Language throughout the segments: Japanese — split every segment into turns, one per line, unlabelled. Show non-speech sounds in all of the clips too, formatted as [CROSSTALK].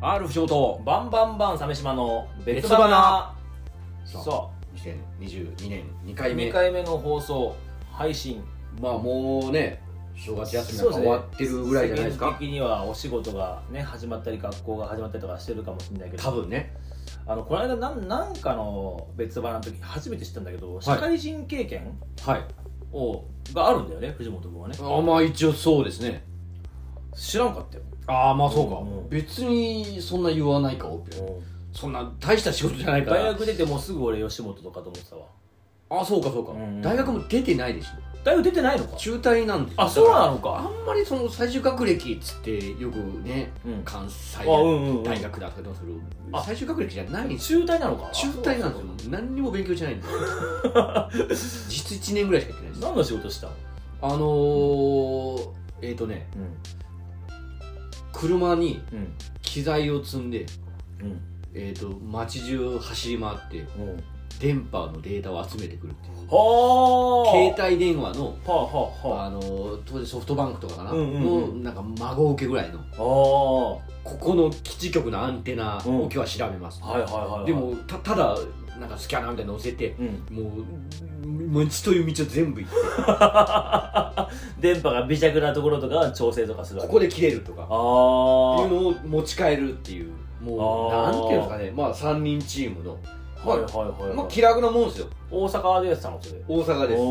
R 不祥と
バンバンバン鮫島の別
別
花
花
さ
2022年2
あ
回目
2回目の放送配信
まあもうね正月休み
そう
なん
ですね
か終わってるぐらいじゃないです
世間
か
的にはお仕事がね始まったり学校が始まったりとかしてるかもしれないけど
多分ね
あのこの間なんなんかの別花の時初めて知ったんだけど、社会人経験
はい
をがあるんだよね藤本君はね
あまあ一応そうですね
知らんかったよ
ああまあそうか、
うん
別にそんな言わないかオピオそんな大した仕事じゃないか
大
ら
学出てもうすぐ俺吉本とかと思ってたわ
ああそうかそうか、
うん
大学も出てないでしょ
大学出てないのか
中退なんです
あそうなの
あ
か
んまりその最終学歴っつってよくね、
うん
関西
あうんうんうん
大学だとかどうする、
あ
最終学歴じゃないんですよ
中退なのか
中退なんですよ何にも勉強してないんですよ
[LAUGHS]
実1年ぐらいしかやってないです
何の仕事したの
あのー、えっ、ー、とね車に
うん
機材を積んで、
うん
えー、と街中走り回って
うん
電波のデータを集めてくるっていう
はあ
携帯電話の、
はあはあはあ
あのー当時ソフトバンクとかかな、
うんうんう
のなんか孫受けぐらいの
ああは
ここの基地局のアンテナを今日は調べます、
いはいはいはい
でもたただなんかスキャナーみたいなの載せて
うん
もう道という道を全部行って
電波が微弱なところとか調整とかするわ
こ
け
こで切れるとかっ
あ
ていう
あ
のを持ち帰るっていうもう
あ
な
ー
んていうんですかねまあ3人チームの、ま
は
あ
いはいはい、
まあ、
はい
気楽なもんですよ
大阪でやってたのそれ
大阪です
お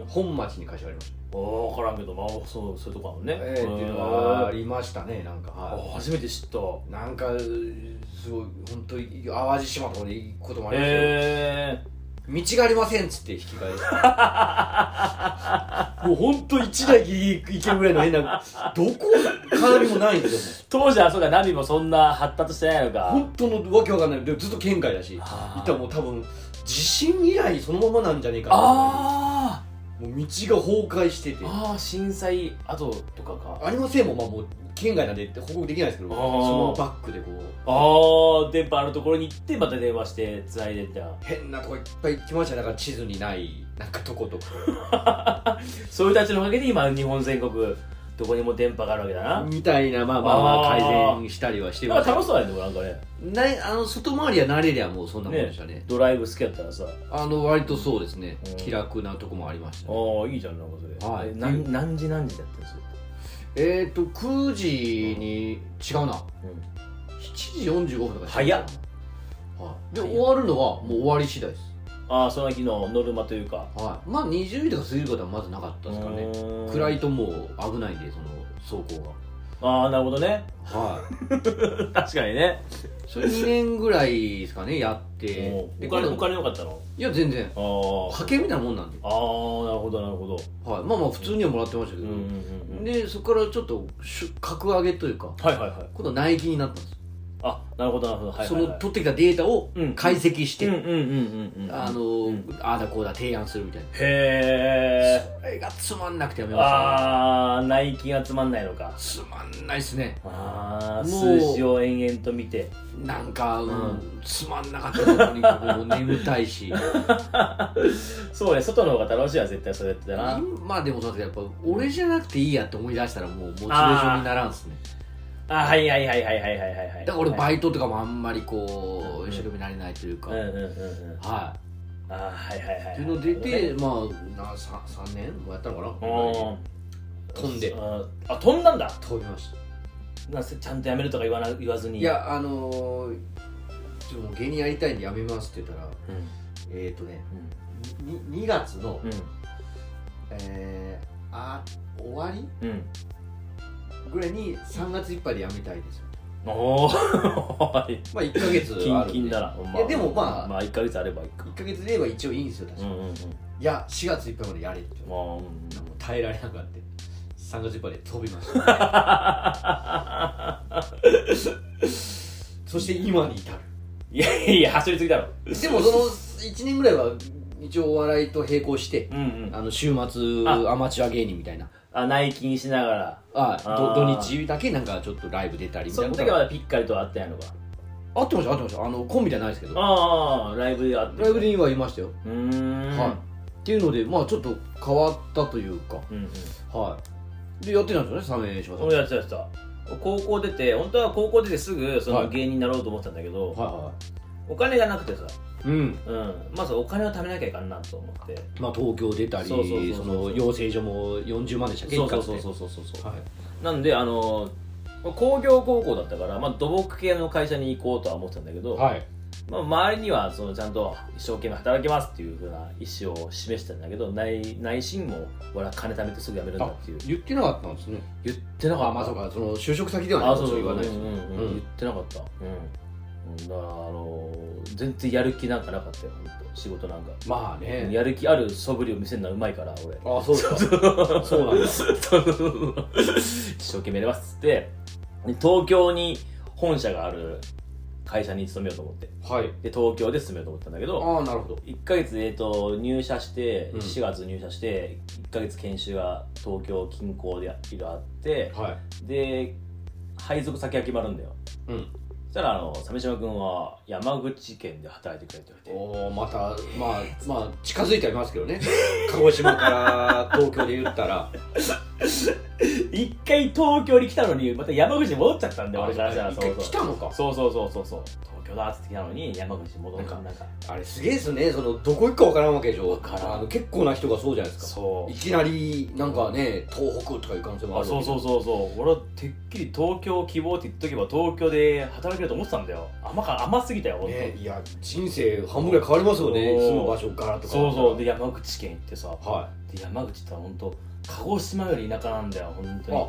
ー
本町に会社ありました
分からんけどまあそうそういうとこあるね
ええ
うん
っていうのはありましたねなんかは
あ初めて知った
いなんかすごい本当に淡路島とかで行くこともありましたよ
へえ
道がありませんっつって引き返す [LAUGHS] もう本当一台ギリギリ行けるぐらいの変などこ絡みもないんですよ
当時はそうかナビもそんな発達してないのか
[LAUGHS] 本当のわけわかんないでもずっと県外だし
あー
行ったらもう多分地震以来そのままなんじゃねえかな
あ
もう道が崩壊してて
ーあー震災後とかか
ありませんもん、まあ、もう県外なんで報告できないですけど
あ
そ
ー
のバックでこう
ああ電波あるところに行ってまた電話してつないでみたいな
変なとこいっぱい来ましたねだから地図にないなんかとことか
そういう人たちのおかげで今日本全国どこにも電波があるわけだな、
みたいなまあまあまあ
あ
改
ー
善したりはして
なん
ま
か楽し
す
そうだよねなんかね
ないあの外回りは慣れりゃもうそんなもんでしたね
ドライブ好きやったらさ
あの割とそうですね
うん
気楽なとこもありましたね、
ああいいじゃんなんかそれ、
はい
えなん何時何時だったんですよ
えっ、ー、と9時に違うな7時45分とか
早っ
はい、で
早っ
終わるのはもう終わり次第です
ああその日のノルマというか
はいまあ20時とか過ぎることはまずなかったですからね
うーん
暗いともう危ないんでその走行
ああなるほどね [LAUGHS]
がはい
確かにね
それ2年ぐらいですかねやって
お
で
お金
こ
お
れ
金よかったの
いや全然
ああ
派遣みたいなもんなんで、
ああなるほどなるほど
はい、まあまあ普通にはもらってましたけ
うん
ど、
うんうんうん
でそこからちょっとしゅ格上げというか
はいはいはい
今度は内気になったんですよ、
あなるほどなるほどはいはい、
そ
は
の
い、
取ってきたデータを
うん
解析して、
うんうんうんうんうん
あの
うん
ーああだこうだ提案するみたいな
へ
それがつまんなくてやめ
え
ました、ね、
ああ内気がつまんないのか
つまんないっすね
ああ
もう
数字を延々と見て
なんか、うん
うん
つまんなかったとにかくもう眠た
[LAUGHS]
いし
そうね外の方が楽しいわ絶対それやってたな
今でもそうですけどやっぱ俺じゃなくていいやって思い出したらもうモチベーションにならんっすね
あはいはいはいはいはいはいはいはい
だから俺
イ
バイトとかもあんまりこ
う
うん一生懸命なれないというか、
うんうんうんうん
はい
あはいはいはい
っていうの出て、まあな 3, 3年もやったのか
う
な、
ん
飛んで
ああ飛んだんだ
飛びました、
なせちゃんとやめるとか言わな言わずに
いやあのー、ちょっともう芸人やりたいんでやめますって言ったら
うん
えっ、ー、とね
うん
に 2, 月の、
う
えー、あ終わり
んうん
ぐらいに3月いっぱいでやめたいですよ [LAUGHS]
おー
まあ1か月
キ
あ
ン [LAUGHS]
る
キ
ん
ン
で
だな、ま
いやでもまあ
まあ1か月あればいく
1か月で言えば一応いいんですよ
う
確か、
ん
に
うんうん
いや4月いっぱいまでやれって言
ま
わ
あうん
れてもう耐えられなくなって3月いっぱいで飛びました、 [LAUGHS] そして今に至る
いやいや走りすぎだろ
でもその1年ぐらいは一応お笑いと並行して
うんうん
あの週末
あ
アマチュア芸人みたいな
あ内勤しながら
あ
あ
ど
ー
土日だけなんかちょっとライブ出たりみた
そ
いな
の
こと
時はま
は
だピッカリとは会ってないのか
合ってました合ってましたあのコンビじゃないですけど
ああライブで会って
ライブにはいましたよ、
うーん
はいっていうのでまあちょっと変わったというか
うんうん
はいでやってたんですよねサメ島さん
俺やってたやってた高校出て本当は高校出てすぐそ
は
の
い
芸人になろうと思ってたんだけど、
は
お金がなくてさ、
いはいうん
うん、まずお金を貯めなきゃいかんなと思って
まあ東京出たりそ
そうそうそうそう
の養成所も40万でしたっけ
そうそうそうそううそうそうそう、
はい
なんであの工業高校だったから、まあ、土木系の会社に行こうとは思ってたんだけど、
はい
まあ、周りにはそのちゃんと一生懸命働きますっていうふうな意思を示してたんだけど内内心も俺は金貯めてすぐ辞めるんだ
あ
っていう
言ってなかったんですね
言ってなかった
あまあそうかその就職先ではね
あそう
そう言わないです
うんうんうん
うん
言ってなかった、うん、だからあの全然やる気なんかなかったよ本当仕事なんか、
まあね
やる気ある素振りを見せるのはうまいから俺
あそうですかそうなんです
そうそうそう [LAUGHS] 一生懸命やりますっつってで東京に本社がある会社に勤めようと思って
はい
で東京で勤めようと思ったんだけど
ああなるほど
1ヶ月、えー、と入社して
うん
4月入社して1ヶ月研修が東京近郊でいろいろあって
はい
で配属先が決まるんだよ
うん
そしたらあの鮫島君は山口県で働いてくれって言われて
おーまたまあまあ近づいてはいますけどね [LAUGHS] 鹿児島から東京で言ったら
一回東京に来たのにまた山口に戻っちゃったんだよ
あ
俺からしたら
一
そうそ
回
う
来たのか
そうそうそうそうそう東京だっつって来たのに山口に戻るからなんか
あれすげえですねそのどこ行くかわからんわけでしょ
わからん
あの結構な人がそうじゃないですか
そ
いきなりなんかね東北とかいう可能性もあ
あ
るわ
そ
け
う
じゃ
そ
ん
うそうそう俺はてっきり東京希望って言っとけば東京で働けると思ってたんだよ甘か甘すぎたよ本当、
ねいや人生半分ぐらい変わりますよね
おー
住む場所からとか
そうそうで山口県行ってさ
は
で山口って本当鹿児島より田舎なんだよ本
い
当に
あ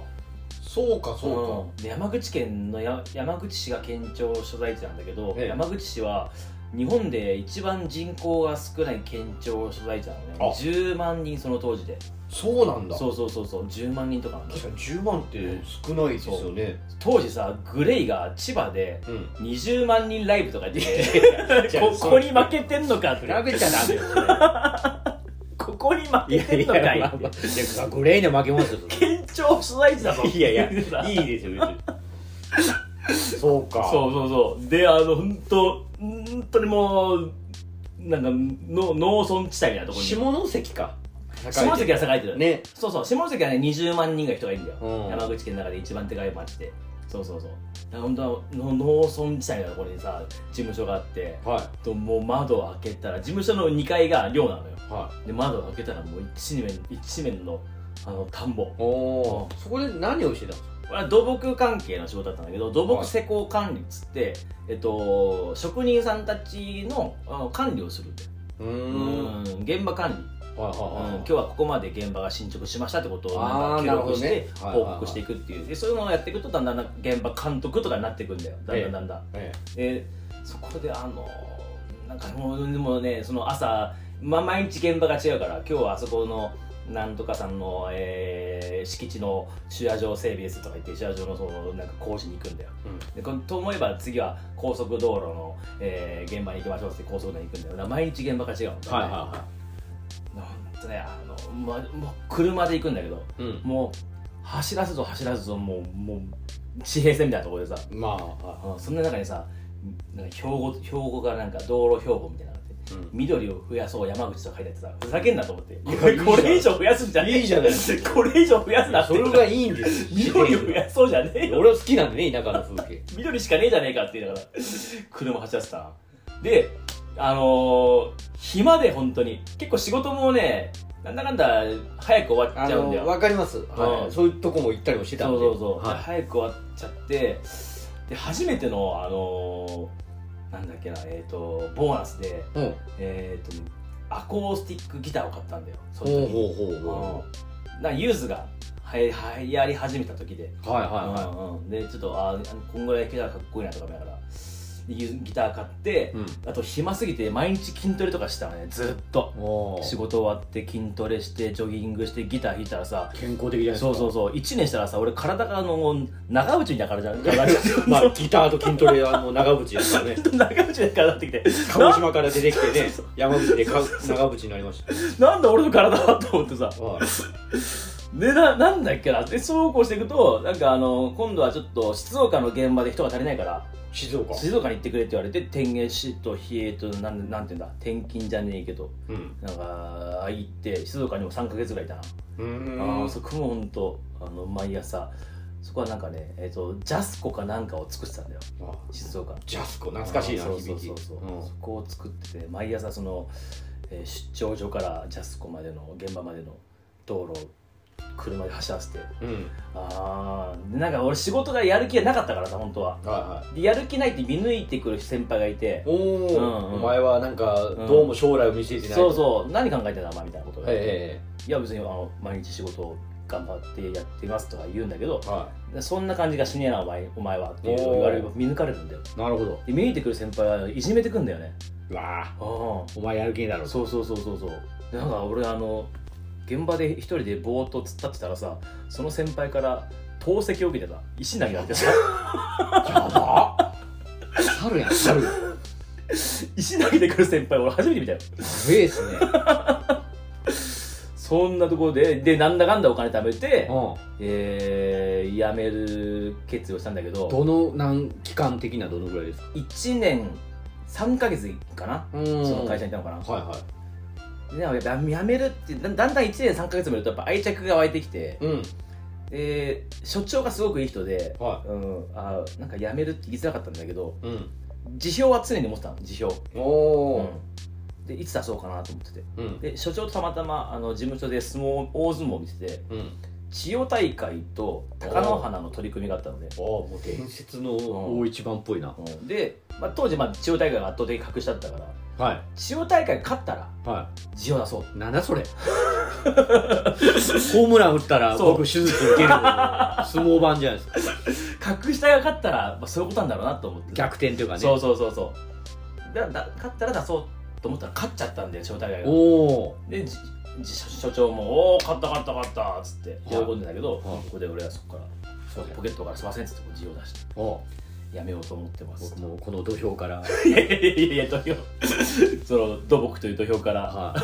そうかそ
うん
う
で山口県のや山口市が県庁所在地なんだけど、
ええ
山口市は日本で一番人口が少ない県庁所在地なのね
あ
10万人その当時で
かそうなんだ
そうそうそうそう10万人とかなんだ
確かに10万って少ないですよね
当時さグレイが千葉で
うん
20万人ライブとかで
[LAUGHS] 違う
こ
そ
こ
う
に負けてんのかって
べちゃダメよそれ
ここに負
[LAUGHS] い
け
や
て
い
んのか
や、
い
まあ
って
まあ、グレーには負けますよ。
[LAUGHS] 県庁所在地だぞ
いやいや、
[LAUGHS] さ
いいですよ、別に。そうか。
そうそうそうであの本当本当にもうなんかの農村地帯みたいなところに
下関か。
下関は栄えてる、
ね。
そうそう下関はね20万人が人がいるんだよ、
うん
山口県の中で一番でかい町でそうそうそうだから本当はの農村地帯のところにさ事務所があって
は
ともう窓を開けたら事務所の2階が寮なのよ
い。は
で窓を開けたらもう一面一面のあの田んぼ
い。おお。そこで何をしてたんですか。
俺は土木関係の仕事だったんだけど土木施工管理っつって、えっと、職人さんたちのあの管理をするんだよ
う
う
ーん。
ん現場管理、
は
うん
い
今日はここまで現場が進捗しましたってことを
あ
なんか
ー
記録して
なるほどねはいはいはい
報告していくっていうでそういうのをやっていくとだんだん現場監督とかになっていくんだよだんだんだんだん、
はいはい。え
でそこであのなんかもうでもねその朝、ま、毎日現場が違うから今日はあそこのなんとかさんの、えー敷地の駐車場整備ですとか言って駐車場のそのなんか工事に行くんだよ、でこんと思えば次は高速道路の、えー現場に行きましょうって高速道路に行くんだよだから毎日現場が違うんだよね、
えはいは
ほんとねあの、ま、もう車で行くんだけど
いはい。うん。
もう走らずと走らずともうもう地平線みたいなところでさ
まあ、は
うんそんな中にさなんか標語標語がなんか道路標語みたいなのがあって
い。うん。
緑を増やそう山口とか書いてあってさふざけんなと思って
や
これ
いいじゃん
これ以上増やすんじゃねえ
いいじゃない
これ以上増やすなって
それがいいんです。
緑を増やそうじゃねえよ
[LAUGHS] 俺は好きなんでね、田舎の風景。
緑しかねえじゃねえかって言いながら車走らせたなであのー、暇で本当に結構仕事もねなんだかんだ早く終わっ
あ
ちゃうんだよ
の、わかります。は
うん
い。そういうとこも行ったりもしてたん
そ
で。
うそうそう、
はい。
早く終わっちゃってで初めてのあのーなんだっけなえっ、とボーナスで
うん。
えっ、とねアコースティックギターを買ったんだよその
ほう
時
ほうほうほ
うんなんかユーズがはやはやり始めた時で、
う。はいは
うんうんでちょっとああのこんぐらいギターかっこいいなとか見ながらでユーギター買って、
いはい。
あと暇すぎて毎日筋トレとかしたのねずっと
うん。お
仕事終わって筋トレしてジョギングしてギター弾いたらさ
健康的じゃないです
そ
か
うそうそう1年したらさ俺体があの長渕みたいな [LAUGHS] 体じゃん
まあギターと筋トレはもう長渕です
[LAUGHS]
からね
長渕みたいな体になってきて
鹿児島から出てきてね山口でか長渕になりました
なんだ俺の体はと思ってさ
はい
でななんだっけなでそうこうしていくとなんかあの今度はちょっと静岡の現場で人が足りないから
静岡
静岡に行ってくれって言われて天元市と比叡となんなんていうんだ転勤じゃねえけど
うん
なんか行って静岡にも3か月ぐらいいたな、
うーん
あーそこも本当あの毎朝そこはなんかね、えっとジャスコかなんかを作ってたんだよ
あ
静岡
ジャスコ懐かしいな
そう
響
そう
き
そうそう、
うん
そこを作ってて毎朝その、えー出張所からジャスコまでの現場までの道路を車で走らせて
うん
ああなんか俺仕事がやる気がなかったからさ本当は
はいはい
でやる気ないって見抜いてくる先輩がいて
おお、
うんうん
お前はなんかどうも将来を見据えてない、
そうそう何考えてんだお前みたいなことが、
え
いや別にあの毎日仕事を頑張ってやってますとか言うんだけど
えええは
そんな感じがしねえなお前お前はっていう
おー
言われれば見抜かれるんだよ
いなるほど
で見抜いてくる先輩はいじめてくんだよね
うわあ
あ
お前やる気になる
あそうそうそうそうそうでなんか俺あの現場で一人でぼーっと突っ立ってたらさその先輩から投石を受けてた石投げられてさ
やば猿やん猿や
[LAUGHS] 石投げてくる先輩俺初めて見たよ
べえっすね
そんなところででなんだかんだお金貯めて、
う
えー、辞める決意をしたんだけ
ん
ど
どのなん期間的にはどのぐらいですか
1年3ヶ月かな、
うん
その会社にいたのかな、
はいはい
でやっぱ辞めるってだだんだん1年3ヶ月もいるとやっぱ愛着が湧いてきて
うん
で所長がすごくいい人で、
は
うん、あなんか辞めるって言いづらかったんだけど
いうん
辞表は常に持ってたの辞表、
お
う
お
ん、でいつ出そうかなと思ってて
ーうん
で所長とたまたまあの事務所で相撲大相撲を見てて
うん
千代大会と貴乃花の取り組みがあったので
ああもう伝説の大一番っぽいな
うんで、まあ、当時まあ千代大会が圧倒的に格下だったから
は
千代大会勝ったら
いは
辞表出そう
いなんだそれ [LAUGHS] ホームラン打ったら
そう
僕手術受 [LAUGHS] けるの相撲版じゃないですか
格下が勝ったら、まあ、そういうことなんだろうなと思って
逆転というかね
そうそうそうそうだだ勝ったら出そうと思ったら勝っちゃったんで招待会が
お
でじじ所長も「おお勝った勝った勝った」っつって喜んでたけど、
はい
ここで俺はそこから
そう
ポケットからすいませんっつってこう辞表出して
お
やめようと思ってます
僕もこの土俵 [LAUGHS] から
いやいやいやいや土俵その土木という土俵から
は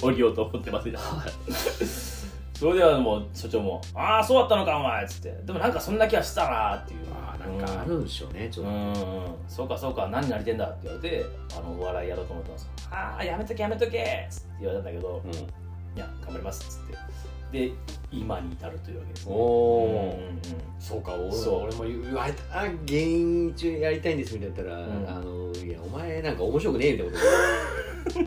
降りようと思ってますよ
い
それではもう所長も「ああそうだったのかお前」っつって「でもなんかそんな気はしたな」っていう
まあなんかあるんでしょうねちょ
う
っと
んそうかそうか何なりてんだって言われてあのお笑いやろうと思ってますああやめとけやめとけっつって言われたんだけどいや頑張りますっつってで今に至るというわけです
お
ねうんうんう
お
ん
そうか俺
そう
俺も言われたあ原因中やりたいんですみたいな言ったら、
うん
あのいやお前なんか面白くねえみたいなこと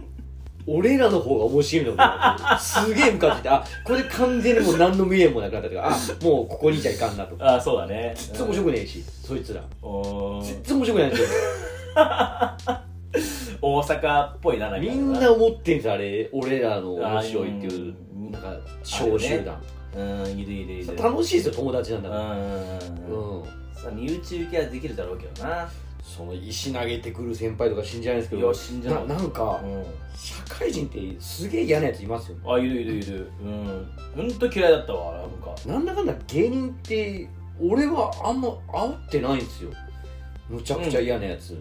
[LAUGHS] 俺らの方が面白いみたいなことすげえムカついてあこれ完全にもう何の未練もなくなったとかあもうここにいちゃいかんなとか
ああそうだね
全然面白くねえしそいつら
お
全然面白くないんだ [LAUGHS] よ
大阪っぽいななんか
みんな思ってんすよあれ俺らの面白いっていう
うん
なんか小集団、
うんいるいるいる
楽しいですよ友達なん
う
だ
ん
から、
うん
うん
さ身内受けはできるだろうけどな
その石投げてくる先輩とか信じられないですけ
いや
ど
信じられない
ななんか、
うん
社会人ってすげえ嫌なやついますよね
あいるいるいるうんほんと嫌いだったわなんか
なんだかんだ芸人って俺はあんま煽ってないんですよむちゃくちゃ嫌なやつに、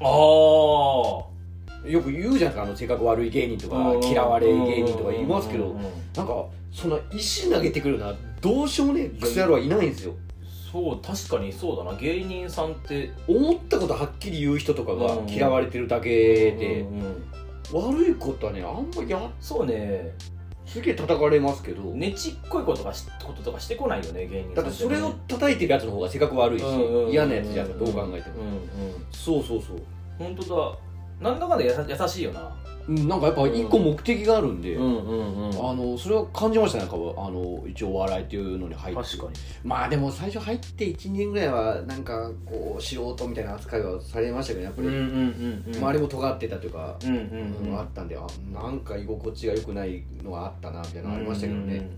ああ
よく言うじゃないですかあの性格悪い芸人とか嫌われ芸人とかいますけ
うんう
ど
んうん
なんかそんな石投げてくるようなどうしようもねえクソ野郎はいないんですよ
そう確かにそうだな芸人さんって
思ったことはっきり言う人とかが
うん
嫌われてるだけで
うんうん
悪いことはねあんまや
そうね
すげえ叩かれますけど
ねちっこいことがしこととかしてこないよね芸人
だってそれを叩いてるやつの方が性格悪いし
うんうんうん
嫌なやつじゃんどう考えても
うんうん
そうそうそう
本当だなんだかんだやさ優しいよな
うんなんかやっぱ一個目的があるんで、
んうんう
あのそれは感じましたねなんかあの一応お笑いっていうのに入って
確かに
まあでも最初入って1年ぐらいはなんかこう素人みたいな扱いはされましたけどやっぱり、
んう
周りも尖ってたというか、
うんうん
うんあったんであなんか居心地が良くないのはあったなみたいなのありましたけどね、
うんうん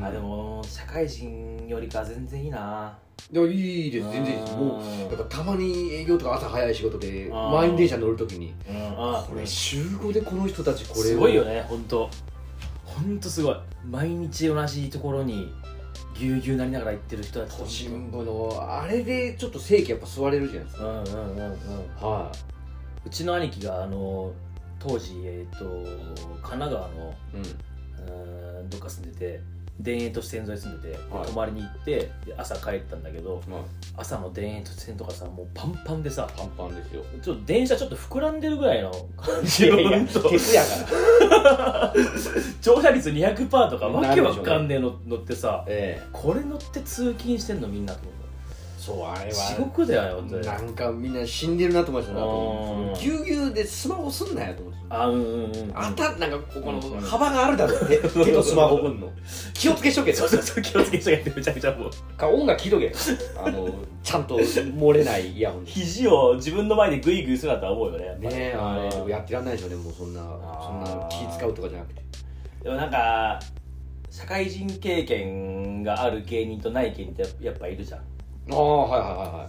あでも社会人よりか全然いいな
でもいいです全然いいですもうやっぱたまに営業とか朝早い仕事で
あー
満員電車乗るときに
うんあ
これ週5でこの人たちこれを
すごいよね本当本当すごい毎日同じところにぎゅうぎゅうなりながら行ってる人たち
都心部のあれでちょっと正規やっぱ座れるじゃないです
うんうんうんうん
かは
うちの兄貴があの当時えっ、と神奈川の
い、うん、
うーんどっか住んでて田園都市線沿いに住んでて、
はい
泊まりに行ってで朝帰ったんだけど
ま
朝の田園都市線とかさもうパンパンでさ
あ、パンパンですよ。
ちょっと電車ちょっと膨らんでるぐらいの感
い
じ
やいや、
本 [LAUGHS] 当
鉄やから。
乗車率200%とかわけわかんねえの乗ってさ
え
これ乗って通勤してんのみんなと思っ
えそう、あれ
て
は。
地獄だよ本当に
なんかみんな死んでるなと思いましたなと思
う
っ
ん
てぎゅうぎゅうでスマホすんなよと思って
あうんうんうん
あんたなんかここの
うん
幅があるだろ手 [LAUGHS] 手とスマホ分の気をつけしとけと
そうそうそう気をつけちゃってめちゃくちゃもう
か音楽聴いとけあのちゃんと漏れないイヤホンで
肘を自分の前でグイグイするなとは思うよねやっぱり
ねえあ
うん
れやってらんないでしょうねもうそんなそんな
あー
気使うとかじゃなくて
でもなんか社会人経験がある芸人とない芸人ってやっぱいるじゃん
ああはいはいはいは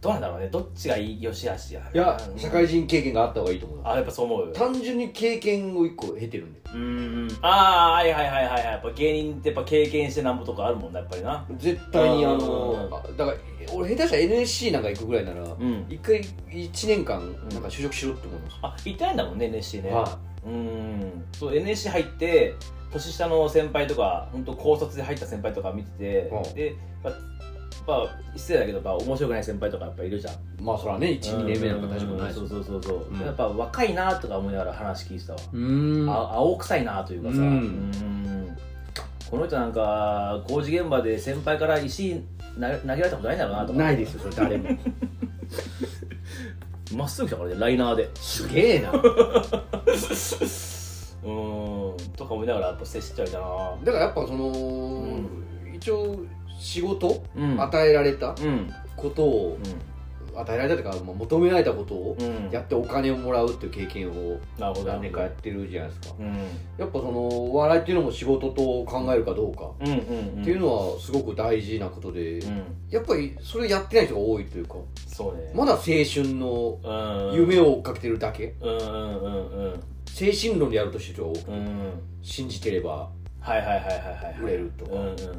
どうなんだろうねどっちがいいよしあしや
いいや
うん
社会人経験があった方がいいと思う
あやっぱそう思うよ
単純に経験を一個経てるんで
うんうんああはいはいはいはいやっぱ芸人ってやっぱ経験してなんぼとかあるもんなやっぱりな
絶対にあ
うん
のあだから俺下手したら NSC なんか行くぐらいなら
うん
一回一年間なんか就職しろって思います
あ行ったんだもんね NSC ね、
は
うんそう NSC 入って年下の先輩とか本当高卒で入った先輩とか見てて、
うん
でやっぱやっぱ失礼だけどやっぱ面白くない先輩とかやっぱいるじゃん
いまあそらね12年目なんか大丈夫ないです
そ
よ
うそうそうそう、
うん
やっぱ若いなとか思いながら話聞いてたわ、
うーん
あ青臭いなというかさ、
うん
うんこの人なんか工事現場で先輩から石投げ投げられたことないんだろうなとか
ないですよそれ誰 [LAUGHS] も
まっすぐ来たからねライナーです [LAUGHS]
げえなだか
うんとか思いながらやっぱ接してはいたな
らやっぱその、
ん
一応仕事、
うん
与えられた
うん
ことを与えられたというか、まあ、求められたことを
うんうん
やってお金をもらうっていう経験を
なるほど
何年かやってるじゃないですか
うん
やっぱそのお笑いっていうのも仕事と考えるかどうか
うんうんうん
っていうのはすごく大事なことで、
うん
やっぱりそれをやってない人が多いというか
そうね
まだ青春の
うん
夢を追っかけてるだけ
うんうんうんうん
精神論でやろうとしてる人が多く
うん
信じてれば
はいはいはいはいはい
売れると
うんうん
か、
うんうん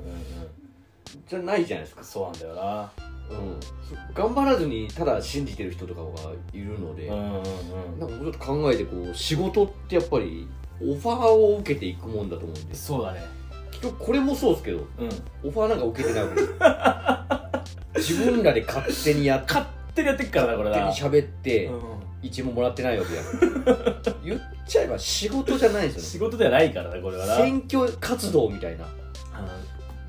じゃないじゃないですか
そうなんだよな
うん、頑張らずにただ信じてる人とかがいるので、
うんうんう
なん
ん
かもうちょっと考えてこう仕事ってやっぱりオファーを受けていくもんだと思うんです
そうだね
結局これもそうですけど
うん
オファーなんか受けてないわけです自分らで勝手にやって
勝手にやってっからなこれな
勝手に喋って
うん
一円ももらってないわけだから言っちゃえば仕事じゃないんです
仕事ではないからねこれ
よ
は
ね選挙活動みたいな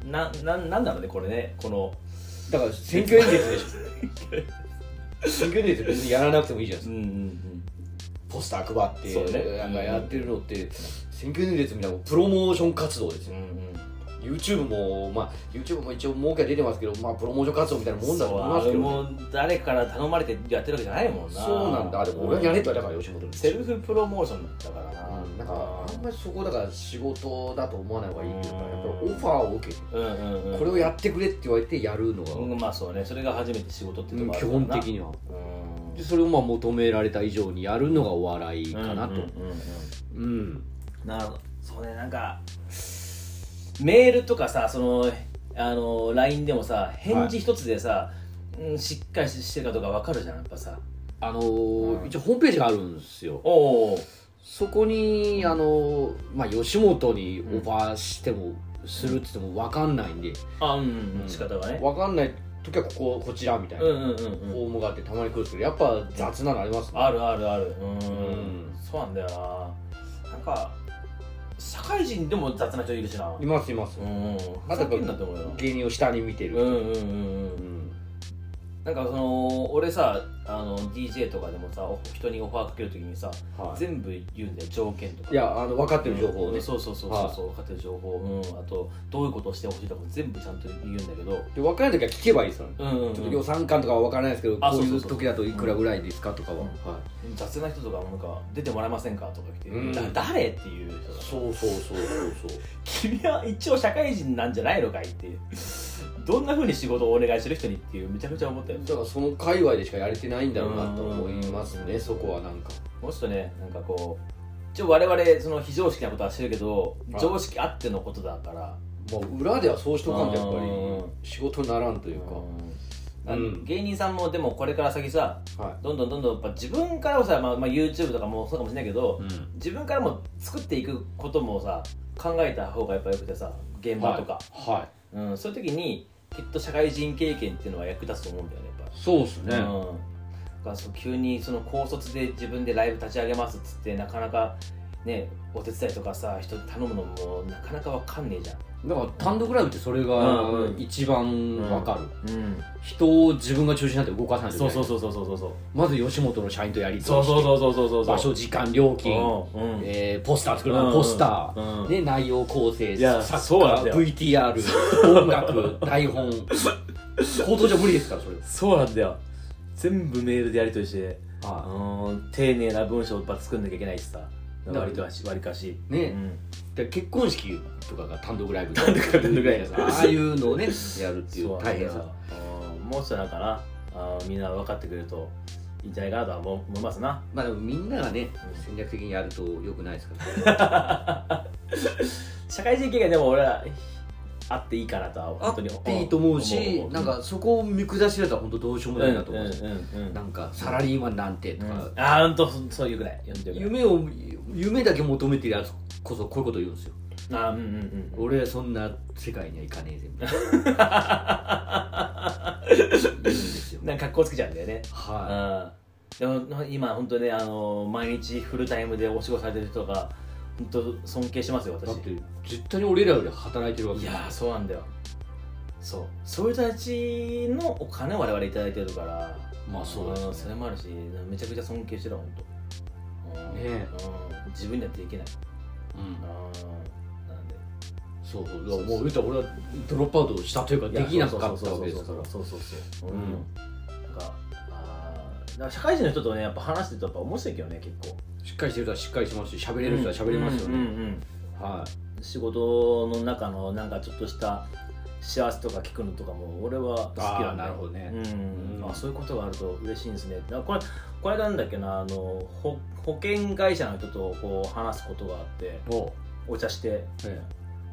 ななななんだろうねこれねこの
だから選挙演説でしょ選挙演説別にやらなくてもいいじゃないですか
うんうん
ポスター配って
そうね
なんかやってるのって、選挙演説みたいなプロモーション活動です
うんう
よ
ん
YouTube もまあ YouTube も一応儲け出てますけどまあプロモーション活動みたいなもんだと思いますけど、
そうあれも誰から頼まれてやってるわけじゃないもんな
そうなんだあでも俺はやれとはだから吉本です
セルフプロモーションだからな、
うん、なんかあんまりそこだから仕事だと思わない方がいいっていうか
うん
やっぱりオファーを受けて
うんうんうん
これをやってくれって言われてやるのが、
うんまあそうねそれが初めて仕事って
う
と
ん
こあ
基
るから
本
な
的には
うん
でそれをまあ求められた以上にやるのがお笑いかなと
うんうんうんう
うん
んなるほどそうねなんかメールとかさそのあの LINE でもさ返事一つでさ、うん、しっかりしてるかどうか分かるじゃんやっぱさ
あのー
うん
一応ホームページがあるんですよ
おお
そこにあの、まあ、吉本にオファーしても、するっつっても分かんないんで、
あうんうん、仕方がね
分かんない時はこここちらみたいな、
うんうんうん
フ
うん
ォームがあってたまに来るんですけどやっぱ雑なのありますね
あるあるあるうん
うん
そうなんだよななんか社会人でも雑な人いるしない
ますいます
うんふ
あと
ざ
やっぱ
けんなって思うよ
芸人を下に見て
う
る、
んうんうんうんなんかその俺さあの DJ とかでもさお人にオファーかけるときにさ、
はい、
全部言うんだよ条件とか
いやあの分かってる情報を
う
ね、
んそうそうそうそうそう分かってる情報、うん、あとどういうことをしてほしいとかも全部ちゃんと言うんだけど
で分からない時は聞けばいいですよね、
うんうんうん
ちょっと予算感とかは分からないですけど
あ
こうい
そう
う
そうそう
時だといくらぐらいですかとかは、
うん
はい、
雑な人とかもなんか出てもらえませんかとか来て、
うん
だ誰っていう人が
そうそうそうそうそう
君は一応社会人なんじゃないのかいっていう [LAUGHS] どんなふうに仕事をお願いしてる人にっていうめちゃくちゃ思ったよ
だからその界隈でしかやれてないんだろうなと思いますね、
うん
そこはなんか
もうちょっとねなんかこう一応我々その非常識なことはしてるけど
はい
常識あってのことだから
まあ、裏ではそうしとかんとやっぱ
うん
り仕事にならんと
と
い
いうう
か
か、
うん
芸人さんもでもこれから先さ
は
どんどんどんどんやっぱ自分からもさ、まあまあ、YouTube とかもそうかもしれないけど
い、
自分からも作っていくこともさ考えた方がやっぱよくてさ現場とか、
は
うん、そういう時にきっと社会人経験っていうのは役立つと思うんだよねやっ
いそうです
ぱ、うん、だからそう急にその高卒で自分でライブ立ち上げますっつってなかなかねお手伝いとかさ人に頼むのもなかなかわかんねえじゃん
だから単独ライブってそれ
う
が
ん
一番わかる、
うん、
人を自分が中心になって動かさないといけ
そう
ない
そうそうそうそうそうそう
まず吉本の社員とやり取りして
そうそうそうそうそうそう
場所時間料金、
うんうん
えーポスター作るのポスター、
うん
ね、内容構成
いや
サ
そうなん
ッ
だ
カ
よ
ー VTR
[LAUGHS]
音楽台本口頭じゃ無理ですからそれ
そうなんだよ全部メールでやり取りしてあ
は
のー丁寧な文章をやっぱ作んなきゃいけないしさ
ら
割かし割かし
ね
うん
いで結婚式とかが単独ライブ
単独ライブ単独ライブ
ああいうのをねやるってい
そうう
大変さ
うんもうちょっとなんかなあーみんな分かってくれるといいんじゃないかなとは思思いますな
まあでもみんながね戦略的にやるとよくないですからね
社会人経験でも俺はあっていいかなとは
あ
本当に
っていいと思うし
思う
なんかそこを見下しられたら本当どうしようも
う
なんいうなと思うん
ん
ですよ
うんうん
なんかサラリーマンなんてとか、
うんああほんとそういうぐらい読んでるぐ
夢を夢だけ求めてるやつこそこういうこと言うんですよ
らいあーうんうんうん
俺はそんな世界には行かねえぜみたいな
[LAUGHS]
言うんですよ
なんか格好つけちゃうんだよね
は
うんでもな今本当ねあの毎日フルタイムでお仕事されてる人が本当尊敬しますよ
い
私
だって絶対に俺らより働いてるわけ
い
じ
や
ゃ
ーそうなんだよそうそういう人たちのお金を我々頂いただいてるから
まあそうですね
んそれもあるしめちゃくちゃ尊敬してるわ本当、うん
ねえ
うん、自分にはできないうん
ん
なんで
そうそうだからもう言うたら俺はドロップアウトしたというかできなかったわけですから
そうそうそうそうそうそうそう
うん
なんかあーだから社会人の人とねやっぱ話してるとやっぱ面白いけどね結構
しっかりしてる人はしっかりしてますし喋れる人は喋れますよ
うんう
ね
んうん
は
仕事の中のなんかちょっとした幸せとか聞くのとかも俺は好き
あ
な
ー
んだ
なるほどね
うん
うん
あそういうことがあると嬉しいんですねなんかこれこれなんだっけなあの保保険会社の人とこう話すことがあって
いお
お茶して
え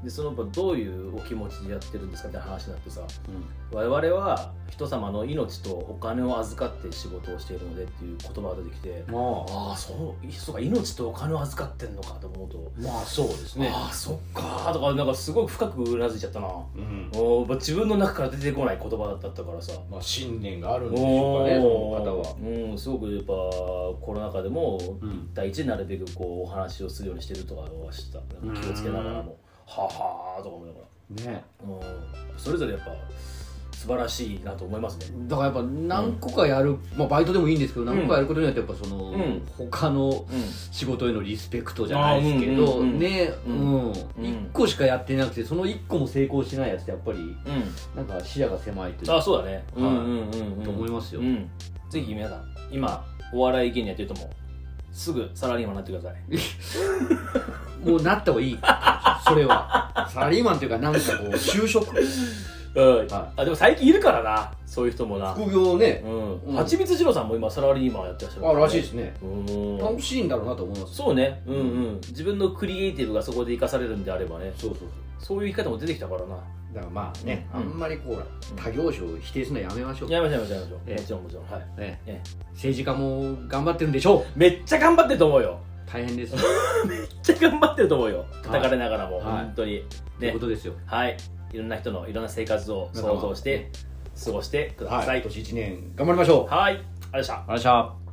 でそのやっぱどういうお気持ちでやってるんですかって話になってさ
え
我々は人様の命とお金を預かって仕事をしているのでっていう言葉が出てきて
まあ
ああそういそうか命とお金を預かってんのかと思うと
まあそうですね
ああそっかーとかなんかすごい深くうなずいちゃったな
うん
おーやっぱ自分の中から出てこない言葉だったからさ
まあ信念があるんでしょう
お
かねこの方は
ーうんすごくやっぱコロナ禍でも
うん
第一になるべくこうお話をするようにしてるとかは知ったなんか気をつけながらもははーとか思いなが
ね
らうんそれぞれやっぱ素晴らしいなと思いますね
だからやっぱ何個かやる、まあ、バイトでもいいんですけど何個かやることによってやっぱその、
うん
他の
う
仕事へのリスペクトじゃないですけど、
あーうんうんうん
ね
う
うんん、1個しかやってなくてその1個も成功しないやつってやっぱり
んうん
なんか視野が狭いという
あ
か
そうだねうんうんうんうん
と思いますよ、
うんぜひ皆さん今お笑い芸人やってるともすぐサラリーマンになってください
もうなった方がいい [LAUGHS] それはサラリーマンというかなんかこう就職 [LAUGHS]
うん
は
あでも最近いるからなそういう人もな
副業ね
う
うんん
はちみつ二郎さんも今サラリーマンやってらっしゃる
あらしいですすね
うん
楽しいんだろうなと思います
そうねうんうん自分のクリエイティブがそこで生かされるんであればね
そうそうそう
そういう生き方も出てきたからな
だからまあね、
うん
あんまりこう他業種を否定するのやめましょう、
やめましょうやめましょうやめましょう
ええ
もちろんもちろんはい
ね
ええ
政治家も頑張ってるんでしょう
めっちゃ頑張ってると思うよ
大変ですよ
めっちゃ頑張ってると思うよ
い
叩かれながらも
はい
本当に
という
ね
ことですよ
はいいろんな人のいろんな生活を想像して過ごしてくだ
は
さ
い、
い
今年1年頑張りましょう。
はいありがとうございました
ありがとうございました。